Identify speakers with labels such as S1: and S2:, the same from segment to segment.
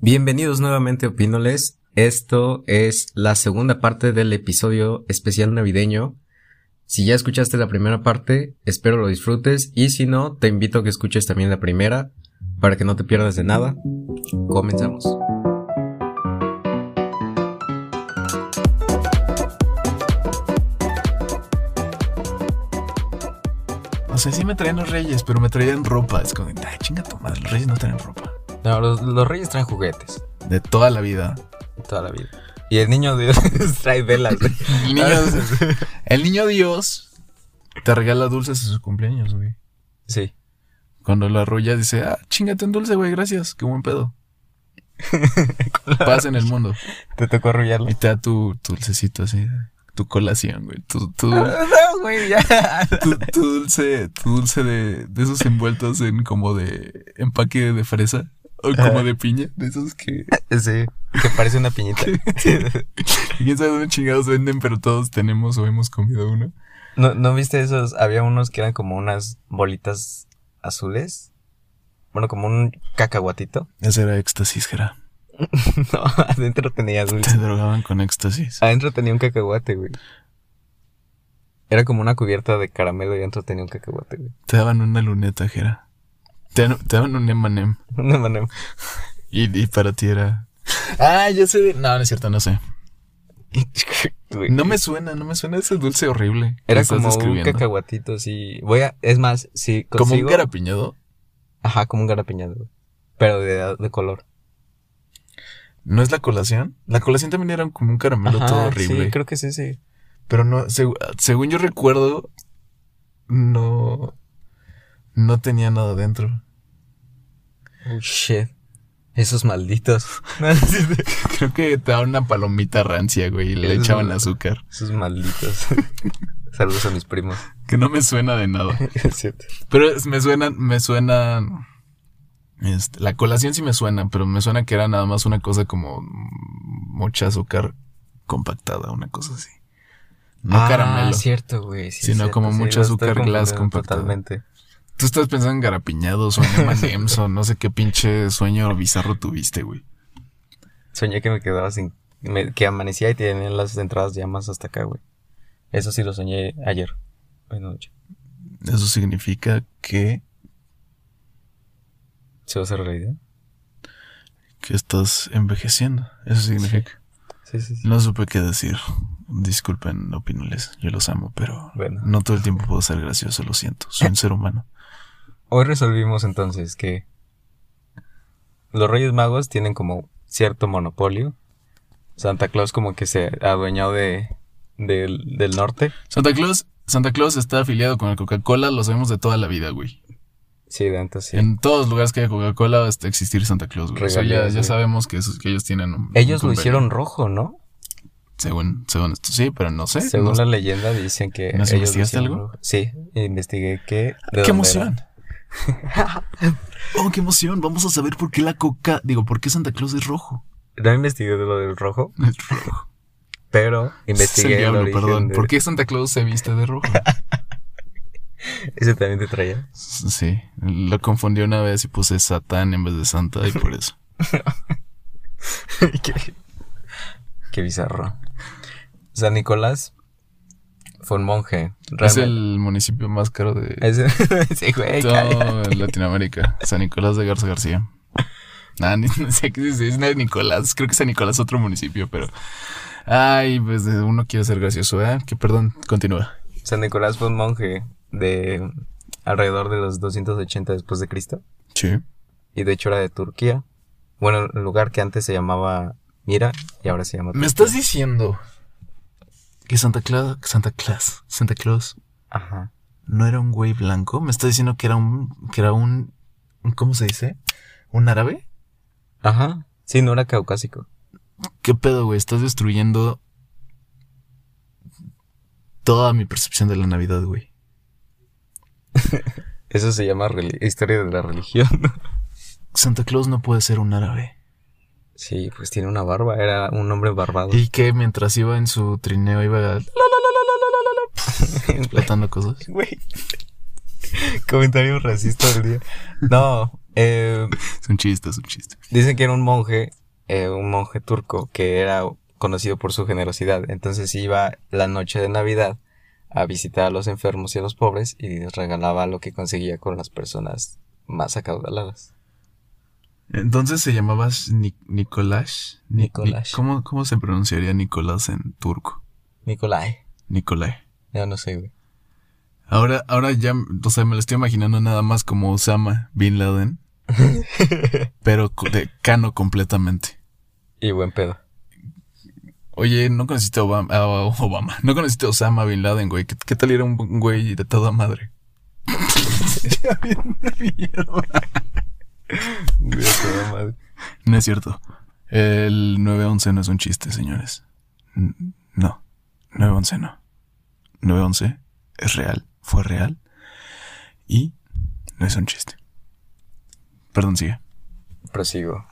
S1: Bienvenidos nuevamente, Opinoles. Esto es la segunda parte del episodio especial navideño. Si ya escuchaste la primera parte, espero lo disfrutes y si no, te invito a que escuches también la primera para que no te pierdas de nada. Comenzamos.
S2: O sea, sí me traían los reyes, pero me traían ropa. Es como, ay, chinga tu madre, los reyes no traen ropa.
S3: No, los, los reyes traen juguetes
S2: De toda la vida.
S3: toda la vida. Y el niño Dios trae velas. güey.
S2: El niño, el niño Dios te regala dulces en sus cumpleaños, güey.
S3: Sí.
S2: Cuando lo arrulla dice, ah, chingate un dulce, güey, gracias, qué buen pedo. Paz en el mundo.
S3: Te tocó arrullarlo.
S2: Y te da tu tu dulcecito así, tu colación, güey. Tu, tu,
S3: No, güey, ya.
S2: tu, tu dulce, tu dulce de, de esos envueltos en como de empaque de fresa o como de piña. De esos que
S3: Sí, que parece una piñita.
S2: quién sabe dónde chingados venden, pero todos tenemos o hemos comido uno.
S3: ¿No, ¿No viste esos? Había unos que eran como unas bolitas azules. Bueno, como un cacahuatito.
S2: Ese era éxtasis, Jera.
S3: No, adentro tenía
S2: Te
S3: dulce.
S2: drogaban con éxtasis.
S3: Adentro tenía un cacahuate, güey. Era como una cubierta de caramelo y adentro tenía un cacahuate, güey.
S2: Te daban una luneta, Jera. Te, dan- te daban un emanem.
S3: No, no, no.
S2: Y, y para ti era. Ah, yo sé. de- No, no es cierto, no sé.
S3: Güey.
S2: No me suena, no me suena ese dulce horrible. que
S3: Era
S2: estás
S3: como un
S2: describiendo.
S3: cacahuatito, sí. Voy a, es más, si
S2: Como un
S3: consigo-
S2: garapiñado.
S3: Ajá, como un garapiñado, güey. Pero de, de color.
S2: ¿No es la colación? La colación también era como un caramelo
S3: Ajá,
S2: todo horrible.
S3: Sí, creo que sí, sí.
S2: Pero no, seg- según yo recuerdo, no. No tenía nada dentro.
S3: Oh, shit. Esos malditos.
S2: Creo que te daban una palomita rancia, güey, y le
S3: Eso-
S2: echaban azúcar.
S3: Esos malditos. Saludos a mis primos.
S2: Que no me suena de nada.
S3: Es cierto.
S2: Pero es- me suenan, me suenan. este, la colación sí me suena, pero me suena que era nada más una cosa como mucha azúcar compactada, una cosa así. No
S3: ah,
S2: caramelo.
S3: cierto, güey. Sí,
S2: Sino
S3: cierto,
S2: como
S3: sí,
S2: mucho
S3: lo estoy
S2: azúcar glass
S3: confundiendo
S2: compactado.
S3: Totalmente.
S2: Tú estás pensando en garapiñados o en M&M's o no sé qué pinche sueño bizarro tuviste, güey.
S3: Soñé que me quedaba sin... me- que amanecía y tenía las entradas ya más hasta acá, güey. Eso sí lo soñé ayer. Buenas noches.
S2: Eso significa que,
S3: ¿Se va a hacer realidad?
S2: que estás envejeciendo. Eso significa.
S3: Sí, sí, sí.
S2: No supe qué decir. Disculpen, opinoles. Yo los amo, pero
S3: Bueno.
S2: no todo el tiempo puedo ser gracioso, lo siento. Soy un ser humano.
S3: Hoy resolvimos entonces que los Reyes Magos tienen como cierto monopolio. Santa Claus como que se adueñó de, del- del norte.
S2: Santa Claus, Santa Claus está afiliado con el Coca-Cola, lo sabemos de toda la vida, güey.
S3: Sí, de antes sí.
S2: En todos los lugares que haya Coca-Cola va a existir Santa Claus, güey. O sea, ya,
S3: Regalías,
S2: ya
S3: güey.
S2: sabemos que, esos- que ellos tienen un-
S3: Ellos
S2: un
S3: lo
S2: convenio.
S3: hicieron rojo, ¿no?
S2: Según, según esto, sí, pero no sé.
S3: Según la
S2: no-
S3: leyenda dicen que...
S2: ¿Nos
S3: ellos lo
S2: investigaste
S3: hicieron
S2: algo?
S3: rojo. Sí, investigué que... de dónde
S2: ¡Qué
S3: era.
S2: emoción! ¡Oh, qué emoción! Vamos a saber por qué la Coca... Digo, ¿por qué Santa Claus es rojo?
S3: No investigué de lo del rojo,
S2: Es rojo.
S3: pero investigué...
S2: es el diablo,
S3: el origen
S2: perdón.
S3: de-
S2: ¿Por qué Santa Claus se viste de rojo?
S3: Ese también te traía.
S2: sí, lo confundí una vez y puse Satán en vez de Santa y por eso.
S3: qué, qué bizarro. San Nicolás fue un monje.
S2: Es
S3: realmente.
S2: el municipio más caro de...
S3: Ese, sí, güey, calla.
S2: Todo en Latinoamérica. San Nicolás de Garza García. Ah, ni, no sé qué es, es San Nicolás. Creo que San Nicolás es otro municipio, pero. Ay, pues de- uno quiere ser gracioso, ¿eh? Que perdón, continúa.
S3: San Nicolás fue un monje de alrededor de los 280 después de Cristo.
S2: Sí.
S3: Y de hecho era de Turquía. Bueno, el lugar que antes se llamaba Mira y ahora se llama
S2: ¿Me
S3: Turquía.
S2: estás diciendo que Santa Claus, Santa Claus, Santa Claus
S3: Ajá.
S2: no era un güey blanco? ¿Me estás diciendo que era un. que era un. un- ¿Cómo se dice? ¿Un árabe?
S3: Ajá. Sí, no era caucásico.
S2: ¿Qué pedo, güey? Estás destruyendo. toda mi percepción de la Navidad, güey.
S3: Eso se llama reli- historia de la religión.
S2: Santa Claus no puede ser un árabe.
S3: sí, pues tiene una barba. Era un hombre barbado.
S2: Y que mientras iba en su trineo iba la, la, la, la, la, la, la, la, explotando cosas.
S3: Güey. Comentario racista del día. No, eh,
S2: Es un chiste, es un chiste.
S3: dicen que era un monje, eh, un monje turco que era conocido por su generosidad. Entonces iba la noche de Navidad a visitar a los enfermos y a los pobres y les regalaba lo que conseguía con las personas más acaudaladas.
S2: Entonces se llamaba Ni- Nicolás. Ni-
S3: Nicolás.
S2: Ni- ¿cómo, ¿Cómo se pronunciaría Nicolás en turco?
S3: Nicolai,
S2: Nicolás.
S3: yo no sé, güey.
S2: Ahora, ahora ya, o sea, me lo estoy imaginando nada más como Osama Bin Laden, pero co- de cano completamente.
S3: y buen pedo.
S2: Oye, no conociste a Obama, a Obama. no conociste a Osama Bin Laden, güey. ¿Qué, qué tal era un buen güey de toda madre? Ya bien, mierda.
S3: Güey, toda madre.
S2: No es cierto. El 911 no es un chiste, señores. N- No. 911 no. 911 es real, fue real y no es un chiste. Perdón, sigue.
S3: Prosigo.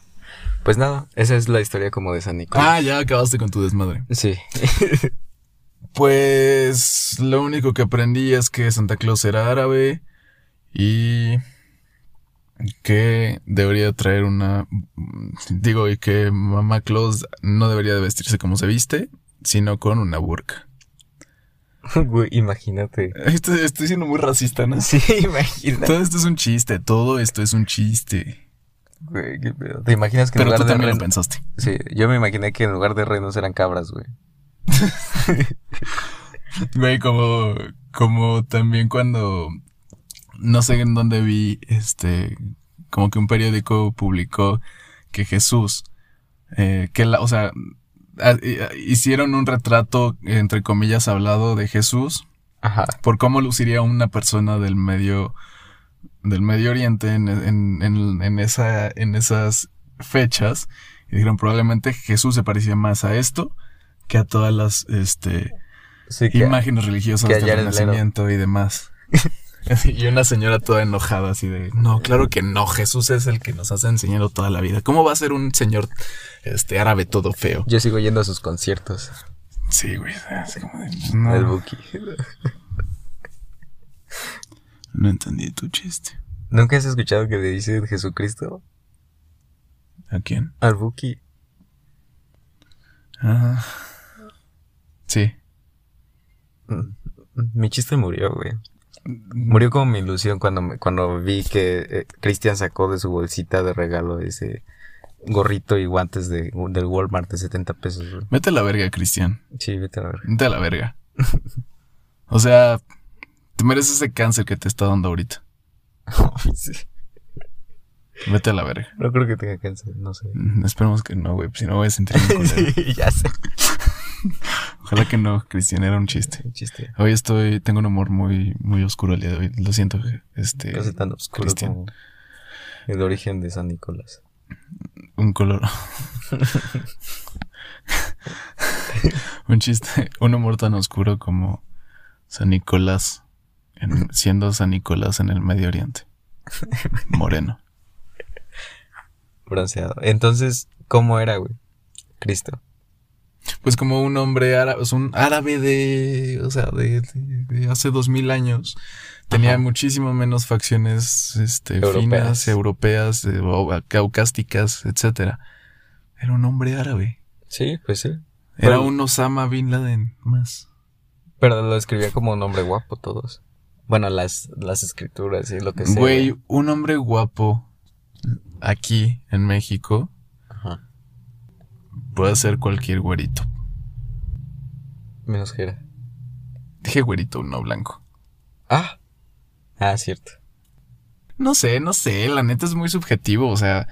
S3: Pues nada, esa es la historia como de San Nicolás.
S2: Ah, ya acabaste con tu desmadre.
S3: Sí.
S2: Pues lo único que aprendí es que Santa Claus era árabe y que debería traer una... Digo, y que mamá Claus no debería de vestirse como se viste, sino con una burka.
S3: Güey, imagínate.
S2: Esto- estoy siendo muy racista, ¿no?
S3: Sí, imagínate.
S2: Todo esto es un chiste, todo esto es un chiste.
S3: Güey, qué pedo. ¿Te imaginas que en
S2: Pero tú
S3: lugar de
S2: también lo
S3: renos...
S2: pensaste.
S3: Sí, yo me imaginé que en lugar de renos eran cabras, güey.
S2: Güey, como, como también cuando no sé en dónde vi, este, como que un periódico publicó que Jesús, eh, que la, o sea, ha- hi- hicieron un retrato, entre comillas, hablado de Jesús
S3: Ajá.
S2: por cómo luciría una persona del medio, del Medio Oriente en, en, en, en esa, en esas fechas. Y dijeron, probablemente Jesús se parecía más a esto que a todas las, este,
S3: Sí, que...
S2: imágenes religiosas
S3: que
S2: del
S3: hallar el lero.
S2: renacimiento y demás. y una señora toda enojada, así de, no, claro que no, Jesús es el que nos has enseñado toda la vida. ¿Cómo va a ser un señor este árabe todo feo?
S3: Yo sigo yendo a sus conciertos.
S2: Sí, güey, así como de,
S3: El
S2: no,
S3: Buki.
S2: no entendí tu chiste.
S3: ¿Nunca has escuchado que le dice Jesucristo
S2: ¿A quién?
S3: al Buki?
S2: Ah. Sí.
S3: Mm, Mi chiste murió, güey. Murió como mi ilusión cuando, me- cuando vi que eh, Cristian sacó de su bolsita de regalo ese gorrito y guantes de, del Walmart de 70 pesos, güey.
S2: Vete a la verga, Cristian.
S3: Sí, vete a la verga.
S2: Vete a la verga. O sea, te mereces ese cáncer que te está dando ahorita.
S3: Sí.
S2: Vete a la verga.
S3: No creo que tenga cáncer, no sé.
S2: Mm, Esperemos que no, güey, si no voy a sentir muy culero.
S3: Sí, ya sé.
S2: Ojalá que no, Cristian, era un chiste.
S3: Un chiste.
S2: Hoy estoy, tengo un humor muy, muy oscuro el día de hoy. Lo siento, este,
S3: No es tan oscuro
S2: Cristian.
S3: como el origen de San Nicolás.
S2: un color. un chiste, un humor tan oscuro como San Nicolás, en- siendo San Nicolás en el Medio Oriente. Moreno.
S3: Bronceado. Entonces, ¿cómo era, güey? Cristo.
S2: Pues como un hombre árabe, es un árabe de, o sea, de, de- de hace dos mil años. Tenía
S3: Ajá.
S2: muchísimo menos facciones este,
S3: Europeas.
S2: finas, europeas, eh, o- caucásticas, etcétera. Era un hombre árabe.
S3: Sí, pues sí.
S2: Era
S3: Pero-
S2: un Osama Bin Laden más.
S3: Pero lo escribía como un hombre guapo todos. Bueno, las, las escrituras y lo que sea.
S2: Güey, un hombre guapo aquí en México
S3: Ajá.
S2: puede ser cualquier güerito.
S3: Menos que era.
S2: Dije güerito, no blanco.
S3: Ah. Ah, cierto.
S2: No sé, no sé, la neta es muy subjetivo, o sea,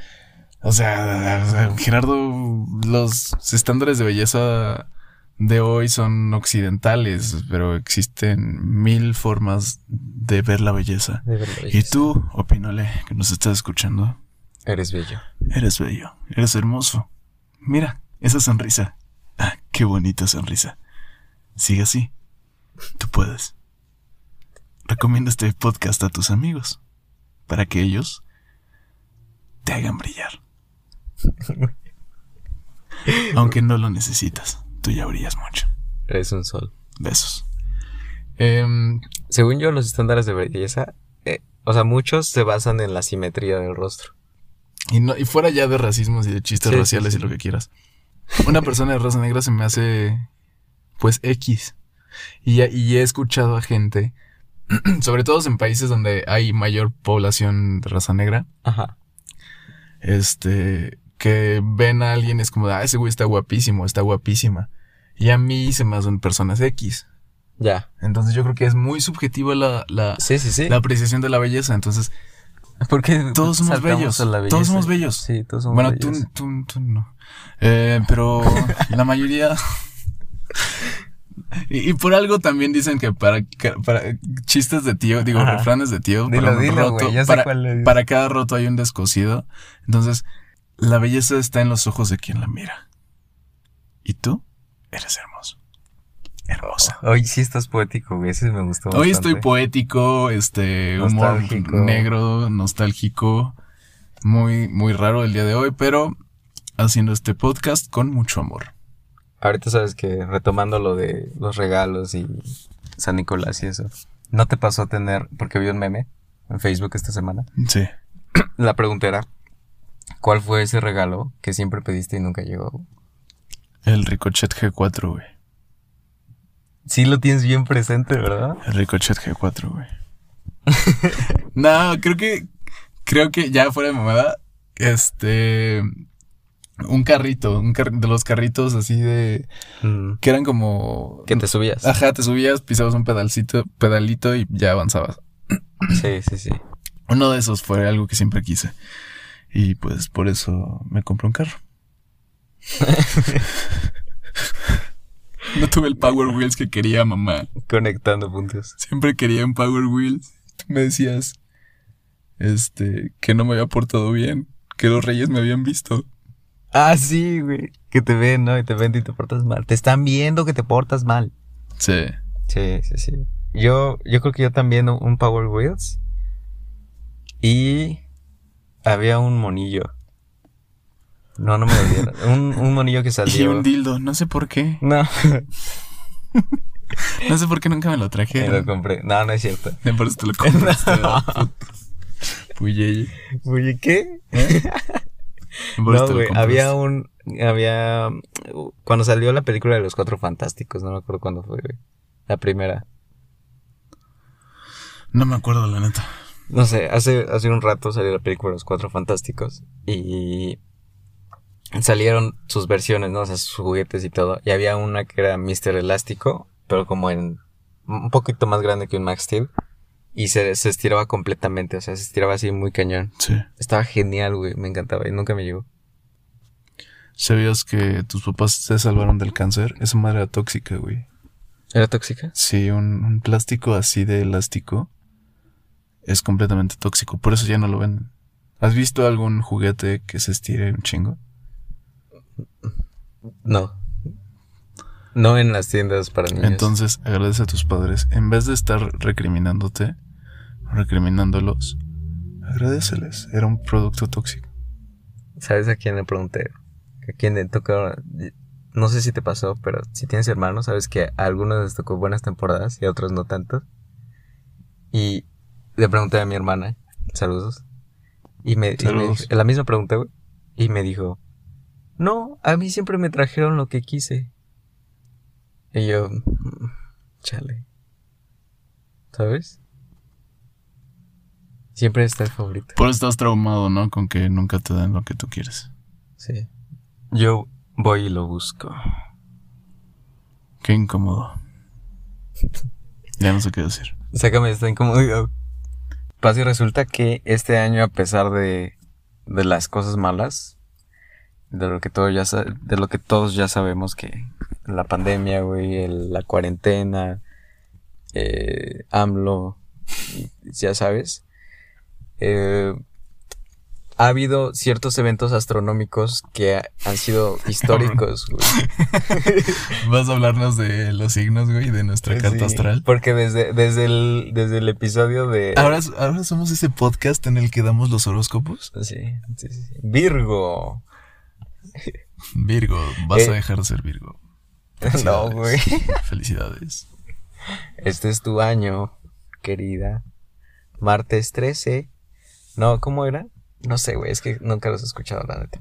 S2: o sea, o sea, Gerardo, los estándares de belleza de hoy son occidentales, pero existen mil formas de ver la belleza.
S3: De verdad,
S2: Y tú, opinole, que nos estás escuchando,
S3: Eres bello.
S2: eres bello, eres hermoso. Mira, esa sonrisa. Ah, qué bonita sonrisa. Sigue así. Tú puedes. Recomienda este podcast a tus amigos para que ellos te hagan brillar. Aunque no lo necesitas, tú ya brillas mucho.
S3: Eres un sol.
S2: Besos. Em,
S3: Según yo, los estándares de belleza eh, O sea, muchos se basan en la simetría del rostro.
S2: Y, no, y fuera ya de racismos y de chistes
S3: Sí, sí,
S2: raciales
S3: sí.
S2: y lo que quieras. Una persona de raza negra se me hace, pues, X. Y, ya- y he escuchado a gente, sobre todo en países donde hay mayor población de raza negra,
S3: Ajá.
S2: este, que ven a alguien y es como, de, ah, ese güey está guapísimo, está guapísima. Y a mí se me hacen personas X.
S3: Ya.
S2: Entonces yo creo que es muy subjetiva la, la,
S3: Sí, sí, sí.
S2: la apreciación de la belleza. Entonces,
S3: Porque
S2: todos somos
S3: saltamos
S2: bellos,
S3: a la belleza.
S2: todos somos bellos.
S3: Sí, todos somos
S2: bueno, tú,
S3: bellos.
S2: tú, tú no. Eh, pero la mayoría... Y, y por algo también dicen que para, ca- para chistes de tío, digo,
S3: Ajá.
S2: refranes de tío,
S3: Dilo,
S2: para un
S3: dilo, güey, ya sé
S2: para,
S3: cuál le dices.
S2: para cada roto hay un descosido. Entonces, la belleza está en los ojos de quien la mira. Y tú eres hermoso. Hermosa.
S3: Hoy sí estás poético, güey. Ese me gustó
S2: Hoy
S3: bastante.
S2: estoy poético, este, humor
S3: Nostálgico.
S2: negro, nostálgico, muy, muy raro el día de hoy, pero haciendo este podcast con mucho amor.
S3: Ahorita sabes que retomando lo de los regalos y San Nicolás y eso. ¿No te pasó a tener, porque vi un meme en Facebook esta semana?
S2: Sí.
S3: La pregunta era, ¿cuál fue ese regalo que siempre pediste y nunca llegó?
S2: El Ricochet G4, güey.
S3: Sí lo tienes bien presente, ¿verdad?
S2: El Ricochet G4, güey. no, creo que, creo que ya fuera de mamada, este, un carrito, un carri- de los carritos así de,
S3: Mm.
S2: que eran como...
S3: Que te subías.
S2: Ajá, te subías, pisabas un pedalcito, pedalito y ya avanzabas.
S3: Sí, sí, sí.
S2: Uno de esos fue algo que siempre quise. Y pues por eso me compré un carro. no tuve el Power Wheels que quería, mamá.
S3: Conectando puntos.
S2: Siempre quería un Power Wheels. Tú me decías este que no me había portado bien, que los reyes me habían visto.
S3: Ah, sí, güey. Que te ven, ¿no? Y te ven y te portas mal. Te están viendo que te portas mal.
S2: Sí.
S3: Sí, sí, sí. Yo, yo creo que yo también un- un Power Wheels. Y había un monillo. No, no me lo dieron. un, un monillo que salió.
S2: Y un dildo, no sé por qué.
S3: no,
S2: No sé por qué nunca me lo
S3: me lo
S2: trajeron.
S3: compré. No, no es cierto.
S2: Me parece que te lo compraste. oh, puto. Puyeye.
S3: Oye, ¿qué?
S2: ¿eh?
S3: No,
S2: Me parece que Pues te lo este.
S3: güey.
S2: compraste.
S3: Había un. Había. uh, Cuando salió la película de los cuatro fantásticos, no me acuerdo cuándo fue, güey. La primera.
S2: No me acuerdo, la neta.
S3: No sé, hace, hace un rato salió la película Los Cuatro Fantásticos y salieron sus versiones, ¿no? O sea, sus juguetes y todo. Y había una que era Mr. Elástico, pero como en un poquito más grande que un Max Steel. Y se, se estiraba completamente, o sea, se estiraba así muy cañón.
S2: Sí.
S3: Estaba genial, güey, me encantaba y nunca me llegó.
S2: ¿Sabías que tus papás se salvaron del cáncer? Esa madre era tóxica, güey.
S3: ¿Era tóxica?
S2: Sí, un, un plástico así de elástico es completamente tóxico. Por eso ya no lo venden. ¿Has visto algún juguete que se estire un chingo?
S3: No. No en las tiendas para niños.
S2: Entonces agradece a tus padres. En vez de estar recriminándote, recriminándolos, agradeceles. Era un producto tóxico.
S3: ¿Sabes a quién le pregunté? ¿A quién le tocó? No sé si te pasó, pero si tienes hermanos, sabes que a algunos les tocó buenas temporadas y a otros no tanto. Y le pregunté a mi hermana, saludos. Y me, y me
S2: Saludos.
S3: dijo- la misma pregunta, güey. Y me dijo, no, a mí siempre me trajeron lo que quise. Y yo, "Mm, chale. ¿Sabes? Siempre está el favorito.
S2: Por eso estás traumado, ¿no? Con que nunca te dan lo que tú quieres.
S3: Sí. Yo voy y lo busco.
S2: Qué incómodo. Ya no sé qué decir.
S3: Sácame esta incomodidad. Pasa y resulta que este año, a pesar de, de las cosas malas, de lo que todo ya sa- de lo que todos ya sabemos que la pandemia, güey, el- la cuarentena, eh, AMLO, y- ya sabes, eh, ha habido ciertos eventos astronómicos que ha- han sido históricos, güey.
S2: Vas a hablarnos de los signos, güey, de nuestra carta
S3: Pues Sí,
S2: astral.
S3: Porque desde, desde el, desde el episodio de
S2: Ahora, ahora somos ese podcast en el que damos los horóscopos.
S3: Sí, sí, sí, sí. Virgo.
S2: Virgo, vas
S3: Eh.
S2: a dejar de ser Virgo.
S3: No,
S2: Felicidades.
S3: güey.
S2: Felicidades.
S3: Este es tu año, querida. Martes 13. No, ¿cómo era? No sé, güey, es que nunca los he escuchado, la neta.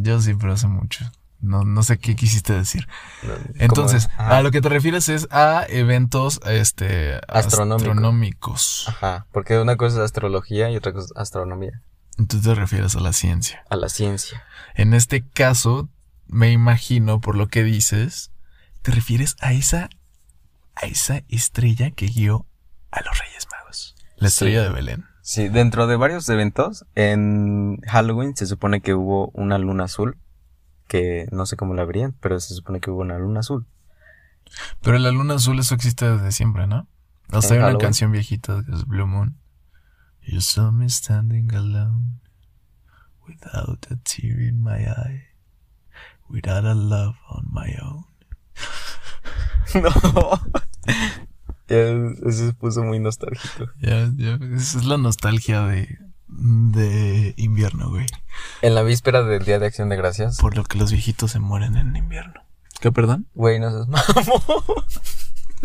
S2: Yo sí, pero hace mucho. No, no sé qué quisiste decir.
S3: No, ¿cómo Ah.
S2: Entonces,
S3: era? Ajá.
S2: a lo que te refieres es a eventos este,
S3: Astronómico.
S2: astronómicos.
S3: Ajá, porque una cosa es astrología y otra cosa es astronomía,
S2: Entonces te refieres a la ciencia.
S3: a la ciencia.
S2: En este caso, me imagino por lo que dices, te refieres a esa a esa estrella que guió a los Reyes Magos. La
S3: Sí.
S2: estrella de Belén.
S3: Sí, dentro de varios eventos, en Halloween se supone que hubo una luna azul, que no sé cómo la verían, pero se supone que hubo una luna azul.
S2: Pero la luna azul eso existe desde siempre, ¿no? O sea,
S3: ¿En
S2: hay una
S3: Halloween?
S2: canción viejita que es Blue Moon. You saw me standing alone without a tear in my eye, without a love on my own.
S3: no. Eso se puso muy nostálgico.
S2: Ya, ya, esa es la nostalgia de de invierno, güey.
S3: En la víspera del Día de Acción de Gracias.
S2: Por lo que los viejitos se mueren en invierno. ¿Qué, perdón?
S3: Güey, no seas mamón.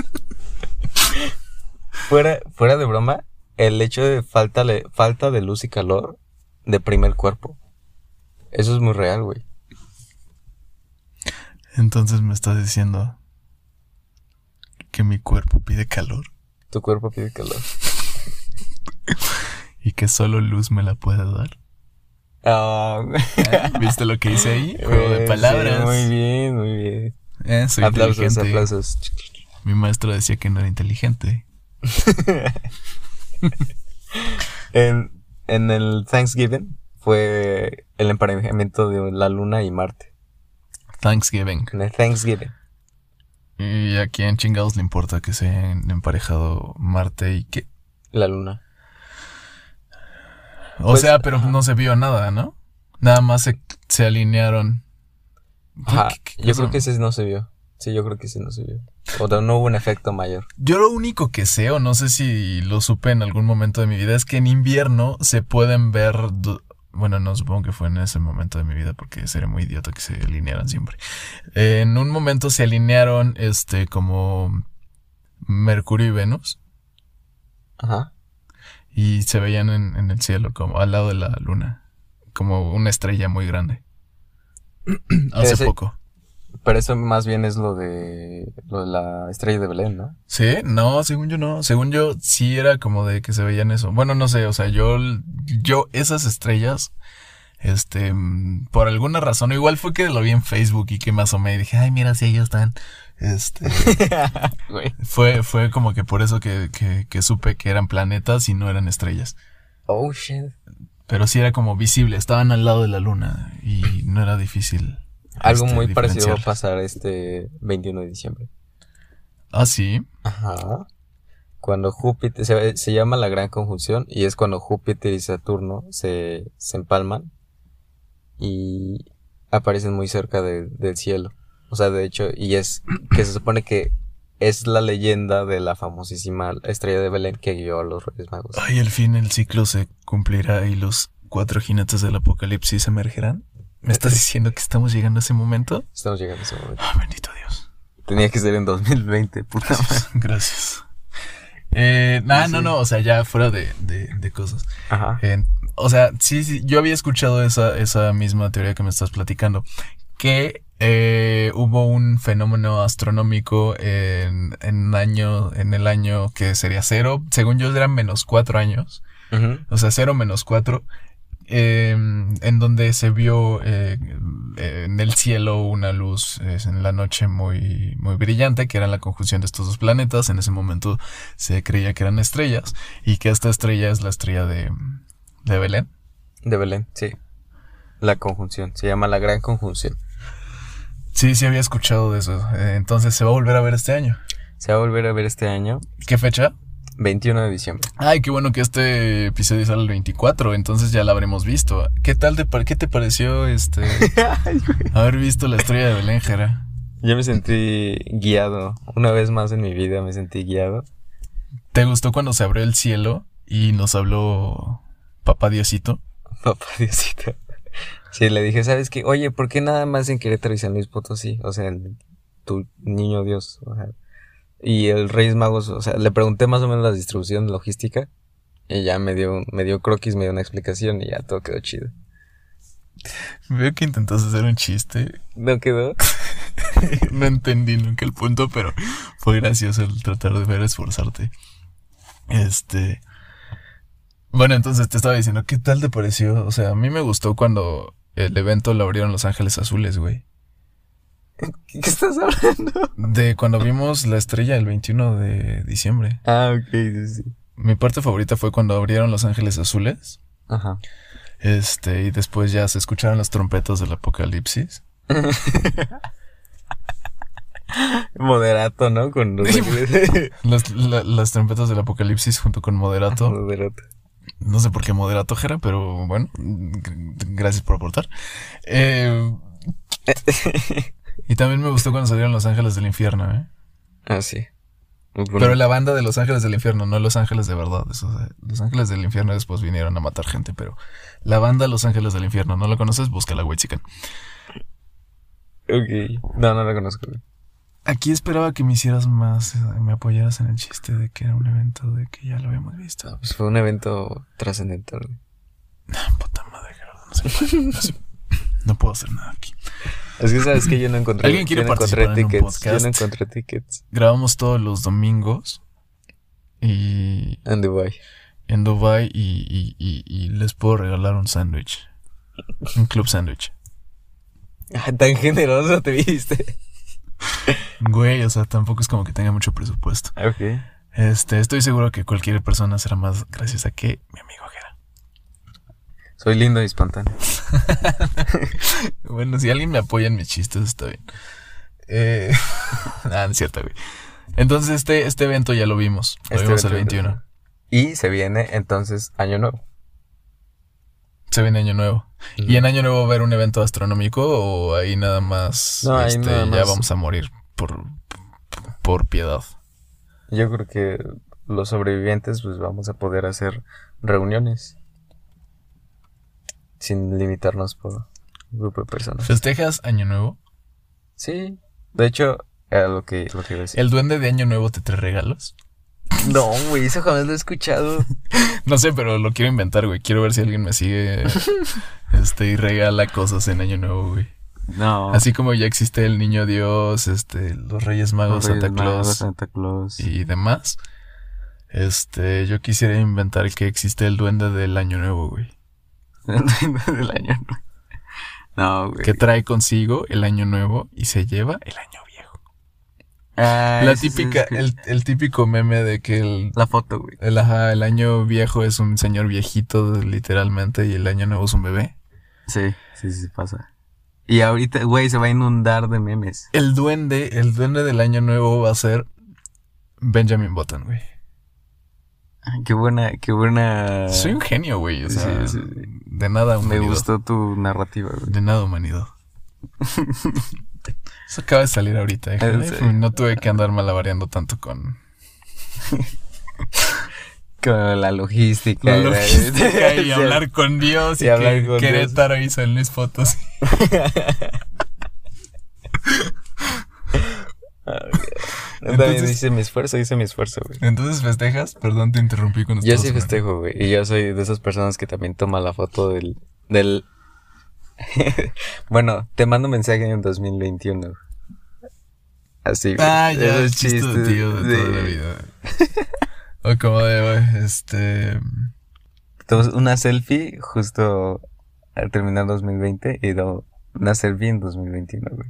S3: fuera, fuera de broma, el hecho de falta, le- falta de luz y calor deprime el cuerpo. Eso es muy real, güey.
S2: Entonces me estás diciendo que mi cuerpo pide calor
S3: Tu cuerpo pide calor.
S2: y que solo luz me la puede dar.
S3: Ah, güey.
S2: ¿Viste lo que hice ahí? Juego de
S3: Eh, Sí,
S2: palabras.
S3: muy bien, muy bien.
S2: Eh, soy
S3: aplausos,
S2: inteligente.
S3: aplausos.
S2: Mi maestro decía que no era inteligente.
S3: En, en el Thanksgiving fue el emparejamiento de la luna y Marte.
S2: Thanksgiving.
S3: En el Thanksgiving.
S2: ¿Y a quién chingados le importa que se hayan emparejado Marte y qué?
S3: La luna.
S2: O
S3: Pues,
S2: sea, pero no se vio nada, ¿no? Nada más se, se alinearon.
S3: Ajá,
S2: ¿Qué- qué- qué
S3: yo creo
S2: son?
S3: que ese no se vio. Sí, yo creo que ese no se vio. O sea, no hubo un efecto mayor.
S2: Yo lo único que sé, o no sé si lo supe en algún momento de mi vida, es que en invierno se pueden ver... do- Bueno, no supongo que fue en ese momento de mi vida porque sería muy idiota que se alinearan siempre. Eh, en un momento se alinearon este como Mercurio y Venus
S3: Ajá.
S2: y se veían en, en el cielo como al lado de la luna, como una estrella muy grande. Hace
S3: Ese-
S2: poco.
S3: Pero eso más bien es lo de, lo de la estrella de Belén, ¿no?
S2: Sí, no, según yo no. Según yo sí era como de que se veían eso. Bueno, no sé, o sea, yo, yo esas estrellas, este, mm, por alguna razón, igual fue que lo vi en Facebook y que me asomé y dije, ay, mira, si ellos están, este,
S3: Güey.
S2: fue, fue como que por eso que, que, que supe que eran planetas y no eran estrellas.
S3: Oh, shit.
S2: Pero sí era como visible, estaban al lado de la luna y no era difícil.
S3: Algo
S2: este,
S3: muy parecido va a
S2: diferenciarlas.
S3: pasar este 21 de diciembre.
S2: Ah, sí.
S3: Ajá. Cuando Júpiter, se, se llama la gran conjunción y es cuando Júpiter y Saturno se, se empalman y aparecen muy cerca de- del cielo. O sea, de hecho, y es que se supone que es la leyenda de la famosísima estrella de Belén que guió a los Reyes Magos.
S2: Ay, al fin el ciclo se cumplirá y los cuatro jinetes del apocalipsis emergerán. ¿Me estás diciendo que estamos llegando a ese momento?
S3: Estamos llegando a ese momento.
S2: Ah, bendito Dios.
S3: Tenía que ser en 2020, puta madre.
S2: Gracias. Gracias. Eh, nah, no, no, o sea, ya fuera de, de- de cosas.
S3: Ajá.
S2: Eh, o sea, sí, sí, yo había escuchado esa, esa misma teoría que me estás platicando, que eh, hubo un fenómeno astronómico en, en año, en el año que sería cero, según yo eran menos cuatro años,
S3: Ujú.
S2: o sea, 0 menos 4, en donde se vio eh, eh, en el cielo una luz eh, en la noche muy, muy brillante, que era la conjunción de estos dos planetas. En ese momento se creía que eran estrellas y que esta estrella es la estrella de, de Belén.
S3: De Belén, sí. La conjunción, se llama la gran conjunción.
S2: Sí, sí había escuchado de eso. Eh, entonces se va a volver a ver este año.
S3: Se va a volver a ver este año,
S2: ¿Qué fecha?
S3: 21 de diciembre.
S2: Ay, qué bueno que este episodio sale el 24, entonces ya la habremos visto. ¿Qué tal te, par- qué te pareció este haber visto la estrella de Belén, Jera?
S3: Yo me sentí guiado. Una vez más en mi vida me sentí guiado.
S2: ¿Te gustó cuando se abrió el cielo y nos habló Papá Diosito?
S3: Papá Diosito. Sí, le dije, ¿sabes qué? Oye, ¿por qué nada más en Querétaro y San Luis Potosí? O sea, el- tu niño Dios. o sea, y el Reyes Magos, o sea, le pregunté más o menos la distribución logística. Y ya me dio, me dio croquis, me dio una explicación y ya todo quedó chido.
S2: Veo que intentaste hacer un chiste.
S3: ¿No quedó?
S2: no entendí nunca el punto, pero fue gracioso el tratar de ver esforzarte. Este. Bueno, entonces te estaba diciendo, ¿qué tal te pareció? O sea, a mí me gustó cuando el evento lo abrieron Los Ángeles Azules, güey.
S3: ¿Qué estás hablando?
S2: De cuando vimos la estrella el 21 de diciembre.
S3: Ah, ok, sí, sí.
S2: Mi parte favorita fue cuando abrieron Los Ángeles Azules.
S3: Ajá.
S2: Este, y después ya se escucharon las trompetas del apocalipsis.
S3: Moderato, ¿no? Con los
S2: Las, la- las trompetas del apocalipsis junto con Moderato.
S3: Moderato.
S2: No sé por qué Moderato, Jera, pero bueno, gr- gracias por aportar. Eh, y también me gustó cuando salieron Los Ángeles del Infierno, ¿eh?
S3: Ah, sí. Muy bueno.
S2: Pero la banda de Los Ángeles del Infierno, no Los Ángeles de verdad. esos, eh, los Ángeles del Infierno después vinieron a matar gente, pero la banda Los Ángeles del Infierno, ¿no la conoces? Búscala, güey, chican.
S3: Ok. No, no la conozco. güey.
S2: Aquí esperaba que me hicieras más, eh, me apoyaras en el chiste de que era un evento de que ya lo habíamos visto.
S3: No, pues fue un evento trascendental. güey.
S2: Ah, puta madre, Gerardo, no se puede, no se- no puedo hacer nada aquí.
S3: Es que sabes que yo no encontré.
S2: ¿Alguien quiere
S3: yo no encontré
S2: participar en un
S3: tickets. Yo no
S2: podcast?
S3: encontré tickets
S2: Grabamos todos los domingos y
S3: en Dubai.
S2: en Dubai y, y- y- y les puedo regalar un sándwich. Un club sándwich.
S3: Ah, tan generoso te viste.
S2: Güey, o sea, tampoco es como que tenga mucho presupuesto.
S3: Ok.
S2: Este, estoy seguro que cualquier persona será más graciosa que mi amigo Jera.
S3: Soy lindo y espontáneo.
S2: Bueno, si alguien me apoya en mis chistes, está bien. Eh, ah, no es cierto, güey. Entonces, este, este evento ya lo vimos. Lo
S3: Este
S2: vimos el
S3: evento ya lo
S2: 21.
S3: Y se viene entonces Año Nuevo.
S2: Se viene Año Nuevo. ¿Y en Año Nuevo va a haber un evento astronómico o ahí nada más
S3: No, ahí
S2: este,
S3: nada
S2: ya
S3: más.
S2: vamos a morir por, por piedad?
S3: Yo creo que los sobrevivientes pues vamos a poder hacer reuniones sin limitarnos por grupo de personas.
S2: ¿Festejas Año Nuevo?
S3: Sí, de hecho, era lo que, lo que iba a decir.
S2: ¿El duende de Año Nuevo te trae regalos?
S3: No, güey, eso jamás lo he escuchado.
S2: No sé, pero lo quiero inventar, güey. Quiero ver si alguien me sigue este, y regala cosas en Año Nuevo, güey.
S3: No.
S2: Así como ya existe el Niño Dios, este, los Reyes Magos, Santa Claus
S3: Santa Claus.
S2: y demás. Este, yo quisiera inventar que existe el duende del Año Nuevo, güey.
S3: del año nuevo. No, güey.
S2: Que trae consigo el Año Nuevo y se lleva el Año Viejo.
S3: Ah,
S2: La típica, el, el típico meme de que el,
S3: la foto, güey.
S2: el, ajá, el Año Viejo es un señor viejito, literalmente, y el Año Nuevo es un bebé.
S3: Sí, sí, sí pasa. Y ahorita, güey, se va a inundar de memes.
S2: El duende, el duende del Año Nuevo va a ser Benjamin Button, güey.
S3: Ay, Qué buena, qué buena.
S2: Soy un genio, güey. O
S3: Ah. Sí,
S2: sea,
S3: sí, sí.
S2: de nada
S3: Me
S2: humanidad.
S3: gustó tu narrativa, güey.
S2: De nada humanidad. Eso acaba de salir ahorita. ¿eh?
S3: En serio.
S2: No tuve que andar malabareando tanto con
S3: Con la logística.
S2: la
S3: güey.
S2: logística
S3: Sí.
S2: Eh, y hablar con Dios y,
S3: y hablar
S2: que
S3: con
S2: Querétaro hizo en mis fotos.
S3: Yo también
S2: Entonces-
S3: hice mi esfuerzo, hice mi esfuerzo, güey.
S2: Entonces festejas, perdón, te interrumpí con
S3: Yo sí festejo, güey. Y yo soy de esas personas que también toma la foto del. del... bueno, te mando mensaje en el 2021. güey. Así, güey.
S2: Ah, ya,
S3: Esos
S2: el chiste de
S3: chistes,
S2: tío de toda la
S3: sí.
S2: vida. O como de, güey, este...
S3: Entonces, una selfie justo al terminar 2020 y do- una selfie en 2021, güey.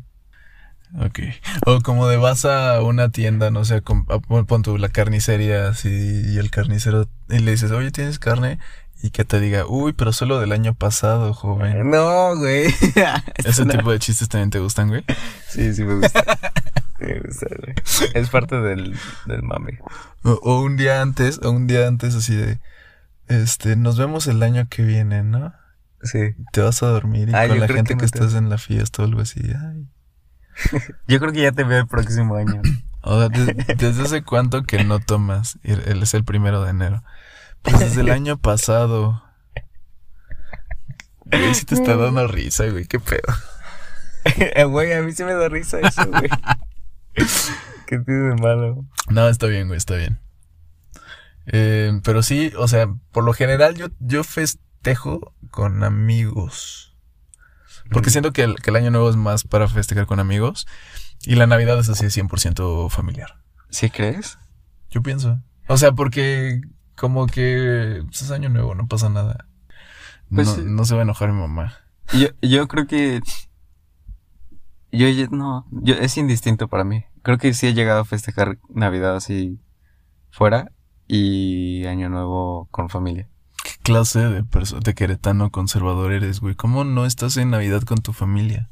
S2: Ok. O como de vas a una tienda, no sé, com- a- pon pon tú la carnicería así, y el carnicero y le dices, oye, ¿tienes carne? Y que te diga, uy, pero solo del año pasado, joven.
S3: No, güey.
S2: Ese tipo de chistes también te gustan, güey.
S3: Sí, sí me gusta. me gusta, güey. Es parte del, del mame.
S2: O, o un día antes, o un día antes así de, este, nos vemos el año que viene, ¿no?
S3: Sí.
S2: Te vas a dormir y
S3: Ah,
S2: con
S3: yo
S2: la
S3: creo
S2: gente
S3: que
S2: que,
S3: me tengo-
S2: estás en la fiesta o algo así. Ay.
S3: Yo creo que ya te veo el próximo año.
S2: O sea, des- ¿desde hace cuánto que no tomas? Y Él es el primero de enero. Pues desde el año pasado. Güey, sí te está dando risa, güey, qué pedo.
S3: Eh, Güey, a mí sí me da risa eso, güey. ¿Qué tiene de malo?
S2: No, está bien, güey, está bien. Eh, pero sí, o sea, por lo general yo, yo festejo con amigos. Porque siento que el, que el año nuevo es más para festejar con amigos. Y la Navidad es así 100% familiar.
S3: ¿Sí crees?
S2: Yo pienso. O sea, porque como que pues, es año nuevo, no pasa nada.
S3: Pues
S2: no,
S3: sí.
S2: no se va a enojar mi mamá.
S3: Yo, yo creo que. Yo ya- no, yo, es indistinto para mí. Creo que sí he llegado a festejar Navidad así fuera y Año Nuevo con familia.
S2: ¿Qué clase de persona de queretano conservador eres, güey? ¿Cómo no estás en Navidad con tu familia?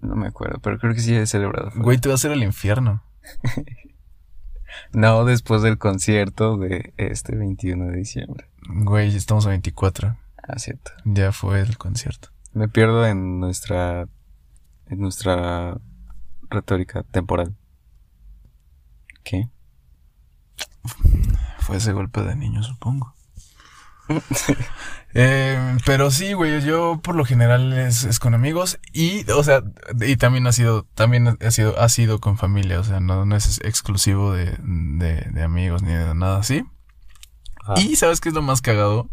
S3: No me acuerdo, pero creo que sí he celebrado. fuera.
S2: Güey, te vas a ir al infierno.
S3: No después del concierto de este 21 de diciembre.
S2: Güey, estamos a 24.
S3: Ah, cierto.
S2: Ya fue el concierto.
S3: Me pierdo en nuestra. en nuestra retórica temporal. ¿Qué?
S2: Fue ese golpe de niño, supongo. Eh, pero sí, güey, yo por lo general es, es con amigos y, o sea, y también ha sido, también ha sido, ha sido con familia, o sea, no, no es exclusivo de, de- de amigos ni de nada así.
S3: Ah,
S2: Y, ¿sabes qué es lo más cagado?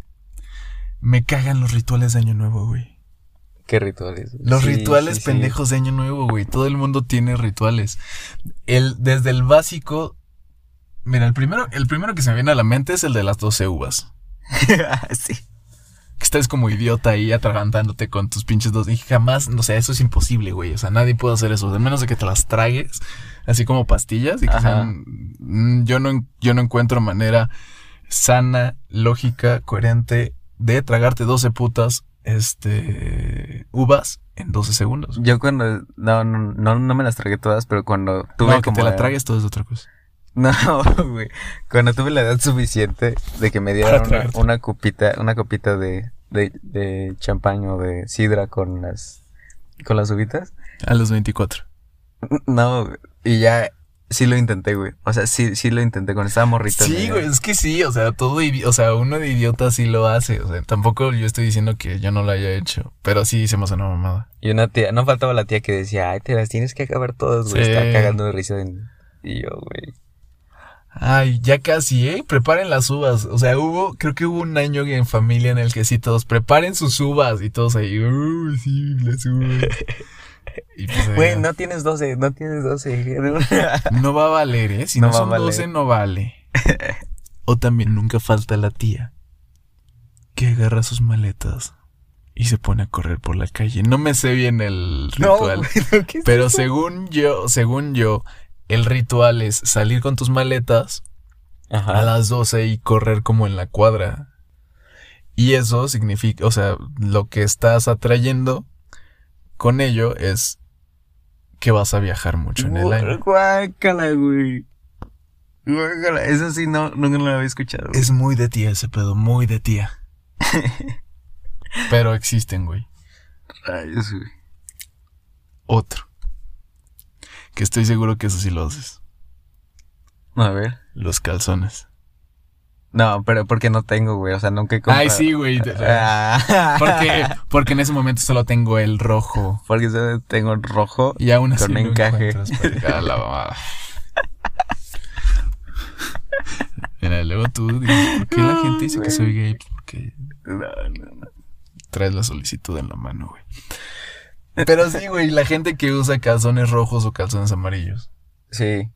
S2: Me cagan los rituales de Año Nuevo, güey.
S3: ¿Qué rituales?
S2: Los
S3: Sí,
S2: rituales
S3: sí, sí.
S2: pendejos de Año Nuevo, güey. Todo el mundo tiene rituales. El, desde el básico. Mira, el primero, el primero que se me viene a la mente es el de las 12 uvas.
S3: sí.
S2: Que estás como idiota ahí atragantándote con tus pinches dos. Y jamás, no sé, eso es imposible, güey. O sea, nadie puede hacer eso. A menos de que te las tragues, así como pastillas. Y que
S3: Ajá.
S2: sean- mm, yo, no, en- yo no encuentro manera sana, lógica, coherente de tragarte 12 putas este, uvas en 12 segundos.
S3: Yo cuando. No, no, no, no me las tragué todas, pero cuando tuve
S2: no, que
S3: como.
S2: te la
S3: edad-
S2: tragues todo es otra cosa.
S3: No, güey. Cuando tuve la edad suficiente de que me
S2: Para
S3: dieran una,
S2: tragarte.
S3: una copita, una copita de, de, de champaña o de sidra con las. con las uvitas.
S2: A los 24.
S3: No, güey. y ya. Sí lo intenté, güey. O sea, sí, sí lo intenté cuando estaba morrito.
S2: Sí,
S3: ¿no?
S2: güey, es que sí, o sea, todo, idi- o sea, uno de idiota sí lo hace, o sea, tampoco yo estoy diciendo que yo no lo haya hecho, pero sí hicimos una mamada.
S3: Y una tía, no faltaba la tía que decía, ay, te las tienes que acabar todas, güey.
S2: Sí.
S3: Está cagando de risa. en- Y yo, güey.
S2: Ay, ya casi, ¿eh? Preparen las uvas, o sea, hubo, creo que hubo un año en familia en el que sí todos preparen sus uvas y todos ahí, uy, sí, las uvas. Y pues, eh,
S3: Güey, no tienes 12, no tienes 12.
S2: no va a valer, ¿eh? Si
S3: No
S2: no,
S3: va a
S2: son
S3: valer.
S2: 12 no vale. O también nunca falta la tía que agarra sus maletas y se pone a correr por la calle. No me sé bien el ritual,
S3: güey, no, ¿qué es
S2: pero según yo, según yo, el ritual es salir con tus maletas a
S3: Ajá.
S2: las 12 y correr como en la cuadra. Y eso significa, o sea, lo que estás atrayendo con ello es que vas a viajar mucho en el año.
S3: Guácala, güey. Guácala. Eso sí, no, nunca lo había escuchado. güey.
S2: Es muy de tía ese pedo, muy de tía. Pero existen, güey.
S3: Rayos, güey.
S2: Otro. Que estoy seguro que eso sí lo haces.
S3: A ver.
S2: Los calzones.
S3: No, pero porque no tengo, güey. O sea, nunca he comprado.
S2: Ay, sí, güey.
S3: Ah.
S2: Porque, porque en ese momento solo tengo el rojo.
S3: Porque solo tengo rojo.
S2: Y aún así
S3: Con
S2: no
S3: encaje.
S2: encuentras pareja. A la mamada. Mira, luego tú dices, ¿por qué la
S3: No,
S2: gente dice que
S3: güey.
S2: soy gay? Porque
S3: No, no, no.
S2: traes la solicitud en la mano, güey. Pero sí, güey, la gente que usa calzones rojos o calzones amarillos.
S3: Sí.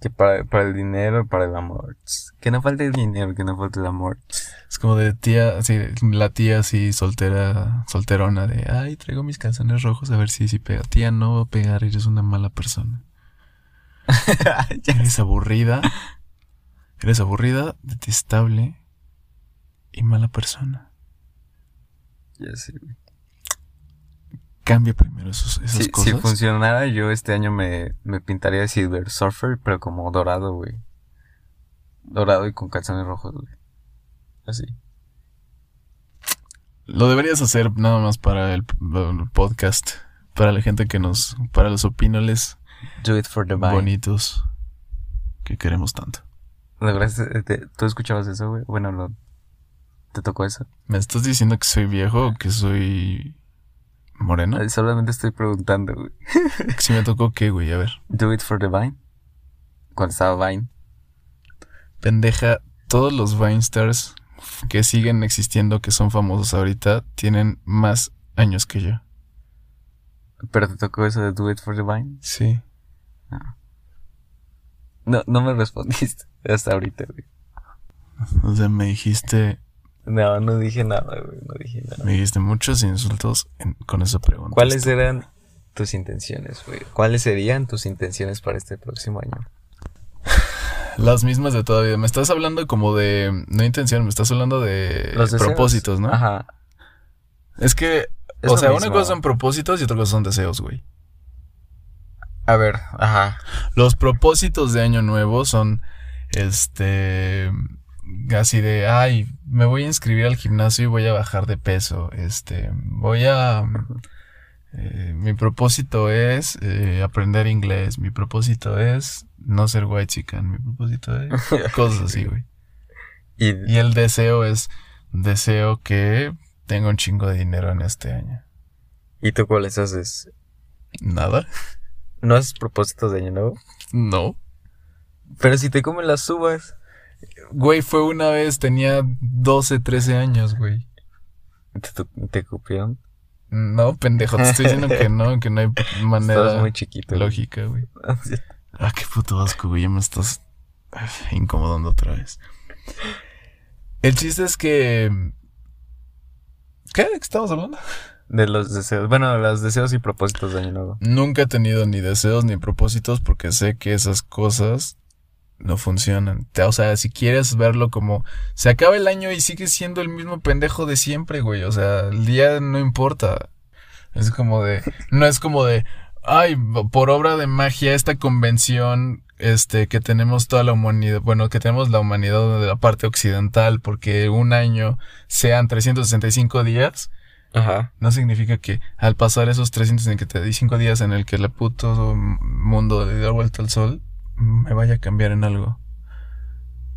S3: Que para, para el dinero, para el amor. Que no falte el dinero, que no falte el amor.
S2: Es como de tía, así, la tía así soltera, solterona de, ay, traigo mis calzones rojos a ver si, si pega. Tía, no va a pegar, eres una mala persona.
S3: Ya.
S2: Eres aburrida. Eres aburrida, detestable y mala persona.
S3: Ya sé, güey.
S2: Cambia primero esos, esas
S3: Si, si
S2: cosas.
S3: funcionara, yo este año me, me pintaría de Silver Surfer, pero como dorado, güey. Dorado y con calzones rojos, güey. Así.
S2: Lo deberías hacer nada más para el, el podcast. Para la gente que nos. Para los opinoles
S3: Do it for the vine.
S2: bonitos que queremos tanto.
S3: ¿Lograste- eh, te- ¿Tú escuchabas eso, güey? Bueno, lo- ¿te tocó eso?
S2: ¿Me estás diciendo que soy viejo o que soy moreno?
S3: Eh, Solamente estoy preguntando, güey.
S2: Si me tocó qué, güey, a ver.
S3: Do it for the vine. Cuando estaba Vine.
S2: Pendeja, todos los Vine Stars que siguen existiendo, que son famosos ahorita, tienen más años que yo.
S3: Pero te tocó eso de Do It for the Vine.
S2: Sí.
S3: No, no me respondiste hasta ahorita, güey.
S2: O sea, me dijiste,
S3: No, no dije nada, güey. No dije nada.
S2: me dijiste muchos insultos en- con esa pregunta.
S3: ¿Cuáles eran tus intenciones, güey? ¿Cuáles serían tus intenciones para este próximo año?
S2: Las mismas de toda vida. Me estás hablando como de, no intención, me estás hablando de
S3: deseos.
S2: propósitos, ¿no?
S3: Ajá.
S2: Es que,
S3: Es
S2: o
S3: lo
S2: sea, una
S3: mismo.
S2: cosa son propósitos y otra cosa son deseos, güey.
S3: A ver, ajá.
S2: Los propósitos de año nuevo son, este, así de, ay, me voy a inscribir al gimnasio y voy a bajar de peso. Este, voy a... eh, mi propósito es eh, aprender inglés. Mi propósito es no ser white chican. Mi propósito es... Cosas así, güey.
S3: Y,
S2: Y el deseo es, deseo que tenga un chingo de dinero en este año.
S3: ¿Y tú cuáles haces?
S2: Nada.
S3: ¿No haces propósitos de año nuevo?
S2: No.
S3: Pero si te comen las uvas.
S2: Güey, fue una vez, tenía 12, 13 años, güey.
S3: ¿Te, tu- te cupieron?
S2: No, pendejo, te estoy diciendo que no, que no hay
S3: Estabas
S2: manera
S3: muy chiquito. güey.
S2: lógica, güey. Ah, qué puto asco, güey, ya me estás ah, incomodando otra vez. El chiste es que... ¿Qué? ¿De ¿Qué estamos hablando?
S3: De los deseos. Bueno, los deseos y propósitos de año nuevo.
S2: Nunca he tenido ni deseos ni propósitos porque sé que esas cosas no funcionan. Te- O sea, si quieres verlo como se acaba el año y sigues siendo el mismo pendejo de siempre, güey. O sea, el día no importa. Es como de, no es como de, ay, por obra de magia esta convención este que tenemos toda la humanidad, bueno, que tenemos la humanidad de la parte occidental porque un año sean 365 días.
S3: Ajá.
S2: No significa que al pasar esos 365 días en el que el puto mundo le da vuelta al sol, me vaya a cambiar en algo.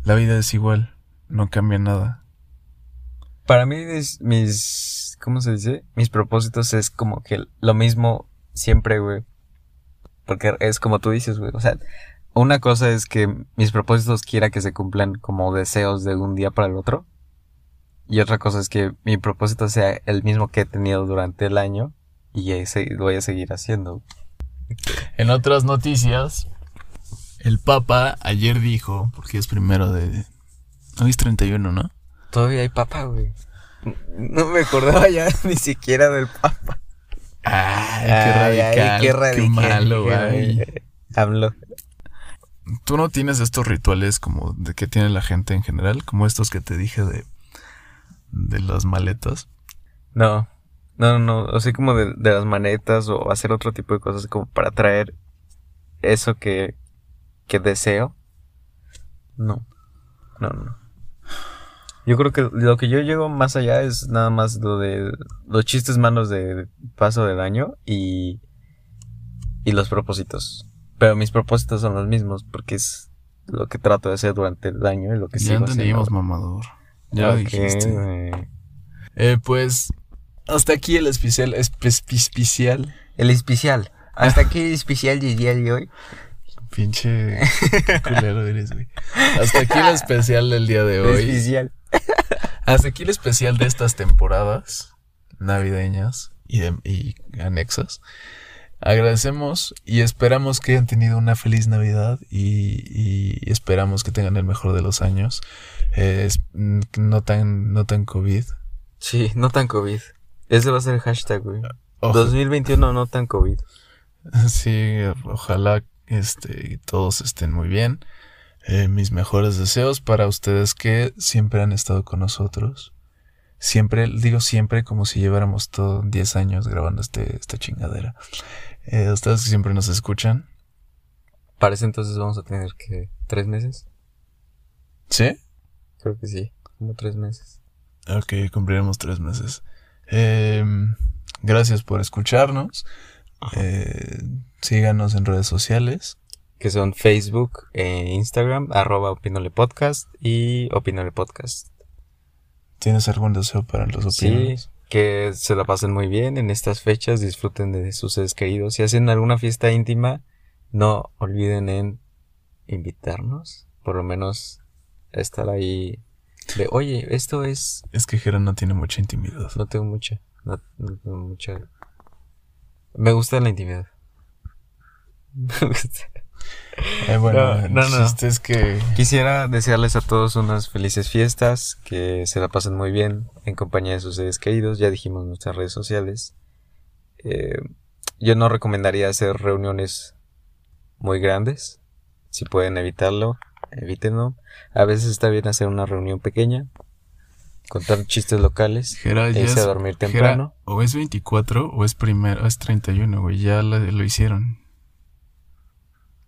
S2: La vida es igual, no cambia nada.
S3: Para mí, mis, mis- ¿Cómo se dice? Mis propósitos es como que lo mismo siempre, güey. Porque es como tú dices, güey. O sea, una cosa es que mis propósitos quiera que se cumplan como deseos de un día para el otro. Y otra cosa es que mi propósito sea el mismo que he tenido durante el año. Y ese lo voy a seguir haciendo.
S2: En otras noticias, el Papa ayer dijo, porque es primero de... Hoy es 31, ¿no?
S3: Todavía hay papa, güey. No me acordaba ya ni siquiera del papa.
S2: Ay,
S3: Ay,
S2: qué
S3: ay,
S2: radical,
S3: qué
S2: qué,
S3: radical,
S2: malo,
S3: qué
S2: güey.
S3: radical. Hablo.
S2: ¿Tú no tienes estos rituales como de que tiene la gente en general? Como estos que te dije de, de las maletas.
S3: No, no, no, no. O sea, como de, de las manetas o hacer otro tipo de cosas como para traer eso que, que deseo. No, no, no. Yo creo que lo que yo llego más allá es nada más lo de los chistes malos de paso del año y, y los propósitos. Pero mis propósitos son los mismos porque es lo que trato de hacer durante el año y lo que
S2: ya
S3: sigo haciendo.
S2: entendimos, mamador. Ya lo
S3: Ok,
S2: dijiste.
S3: güey.
S2: Eh, pues, hasta aquí el especial. espe- Especial.
S3: El especial. Hasta aquí el especial del día de hoy.
S2: Pinche culero eres, güey. Hasta aquí el especial del día de
S3: El
S2: hoy.
S3: especial.
S2: Hasta aquí el especial de estas temporadas navideñas y, de- y anexas. Agradecemos y esperamos que hayan tenido una feliz Navidad y, y esperamos que tengan el mejor de los años. Eh, es- no, tan, no tan COVID.
S3: Sí, no tan COVID. Ese va a ser el hashtag, güey.
S2: Ojo.
S3: 2021 no tan COVID.
S2: Sí, ojalá este, todos estén muy bien. Eh, mis mejores deseos para ustedes que siempre han estado con nosotros. Siempre, digo siempre como si lleváramos todo 10 años grabando este, esta chingadera. Eh, ustedes que siempre nos escuchan.
S3: Parece entonces vamos a tener que... ¿Tres meses?
S2: ¿Sí?
S3: Creo que sí. Como tres meses.
S2: Ok, cumpliremos tres meses. Eh, gracias por escucharnos. Eh, síganos en redes sociales.
S3: Que son Facebook e Instagram, arroba Opinole Podcast y Opinole Podcast.
S2: ¿Tienes algún deseo para los opiniones?
S3: Sí, que se la pasen muy bien en estas fechas, disfruten de sus seres queridos. Si hacen alguna fiesta íntima, no olviden en invitarnos, por lo menos estar ahí de, oye, esto es...
S2: Es que Jera no tiene mucha intimidad.
S3: No tengo mucha, no, no tengo mucha... Me gusta la intimidad. Me gusta.
S2: Eh, bueno,
S3: No,
S2: el
S3: no, no.
S2: chiste es que
S3: Quisiera desearles a todos unas felices fiestas, que se la pasen muy bien en compañía de sus seres queridos, ya dijimos en nuestras redes sociales. Eh, yo no recomendaría hacer reuniones muy grandes, si pueden evitarlo, evítenlo. A veces está bien hacer una reunión pequeña, contar chistes locales, e
S2: Jera ya
S3: irse a
S2: es,
S3: dormir
S2: Jera,
S3: temprano.
S2: o es 24 o es primero, es 31, güey, ya la- lo hicieron.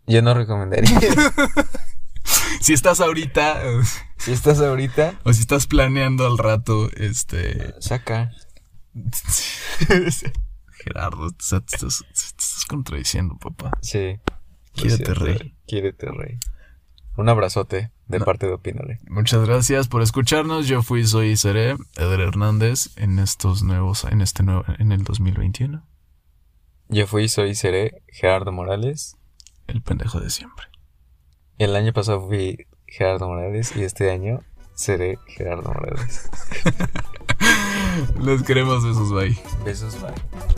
S3: Yo no recomendaría.
S2: Si estás ahorita
S3: si estás ahorita, eh,
S2: o si estás planeando al rato, este
S3: saca.
S2: Gerardo, o sea, te estás, te estás contradiciendo, papá.
S3: Sí.
S2: Quírate,
S3: Sí,
S2: rey.
S3: Quírate, rey. Un abrazote de
S2: No.
S3: parte de Opinole.
S2: Muchas gracias por escucharnos. Yo fui, soy y seré Eder Hernández en estos nuevos, en este nuevo, en el 2021.
S3: Yo fui, soy y seré Gerardo Morales.
S2: El pendejo de siempre.
S3: El año pasado fui Gerardo Morales y este año seré Gerardo Morales.
S2: Les queremos besos, bye.
S3: Besos, bye.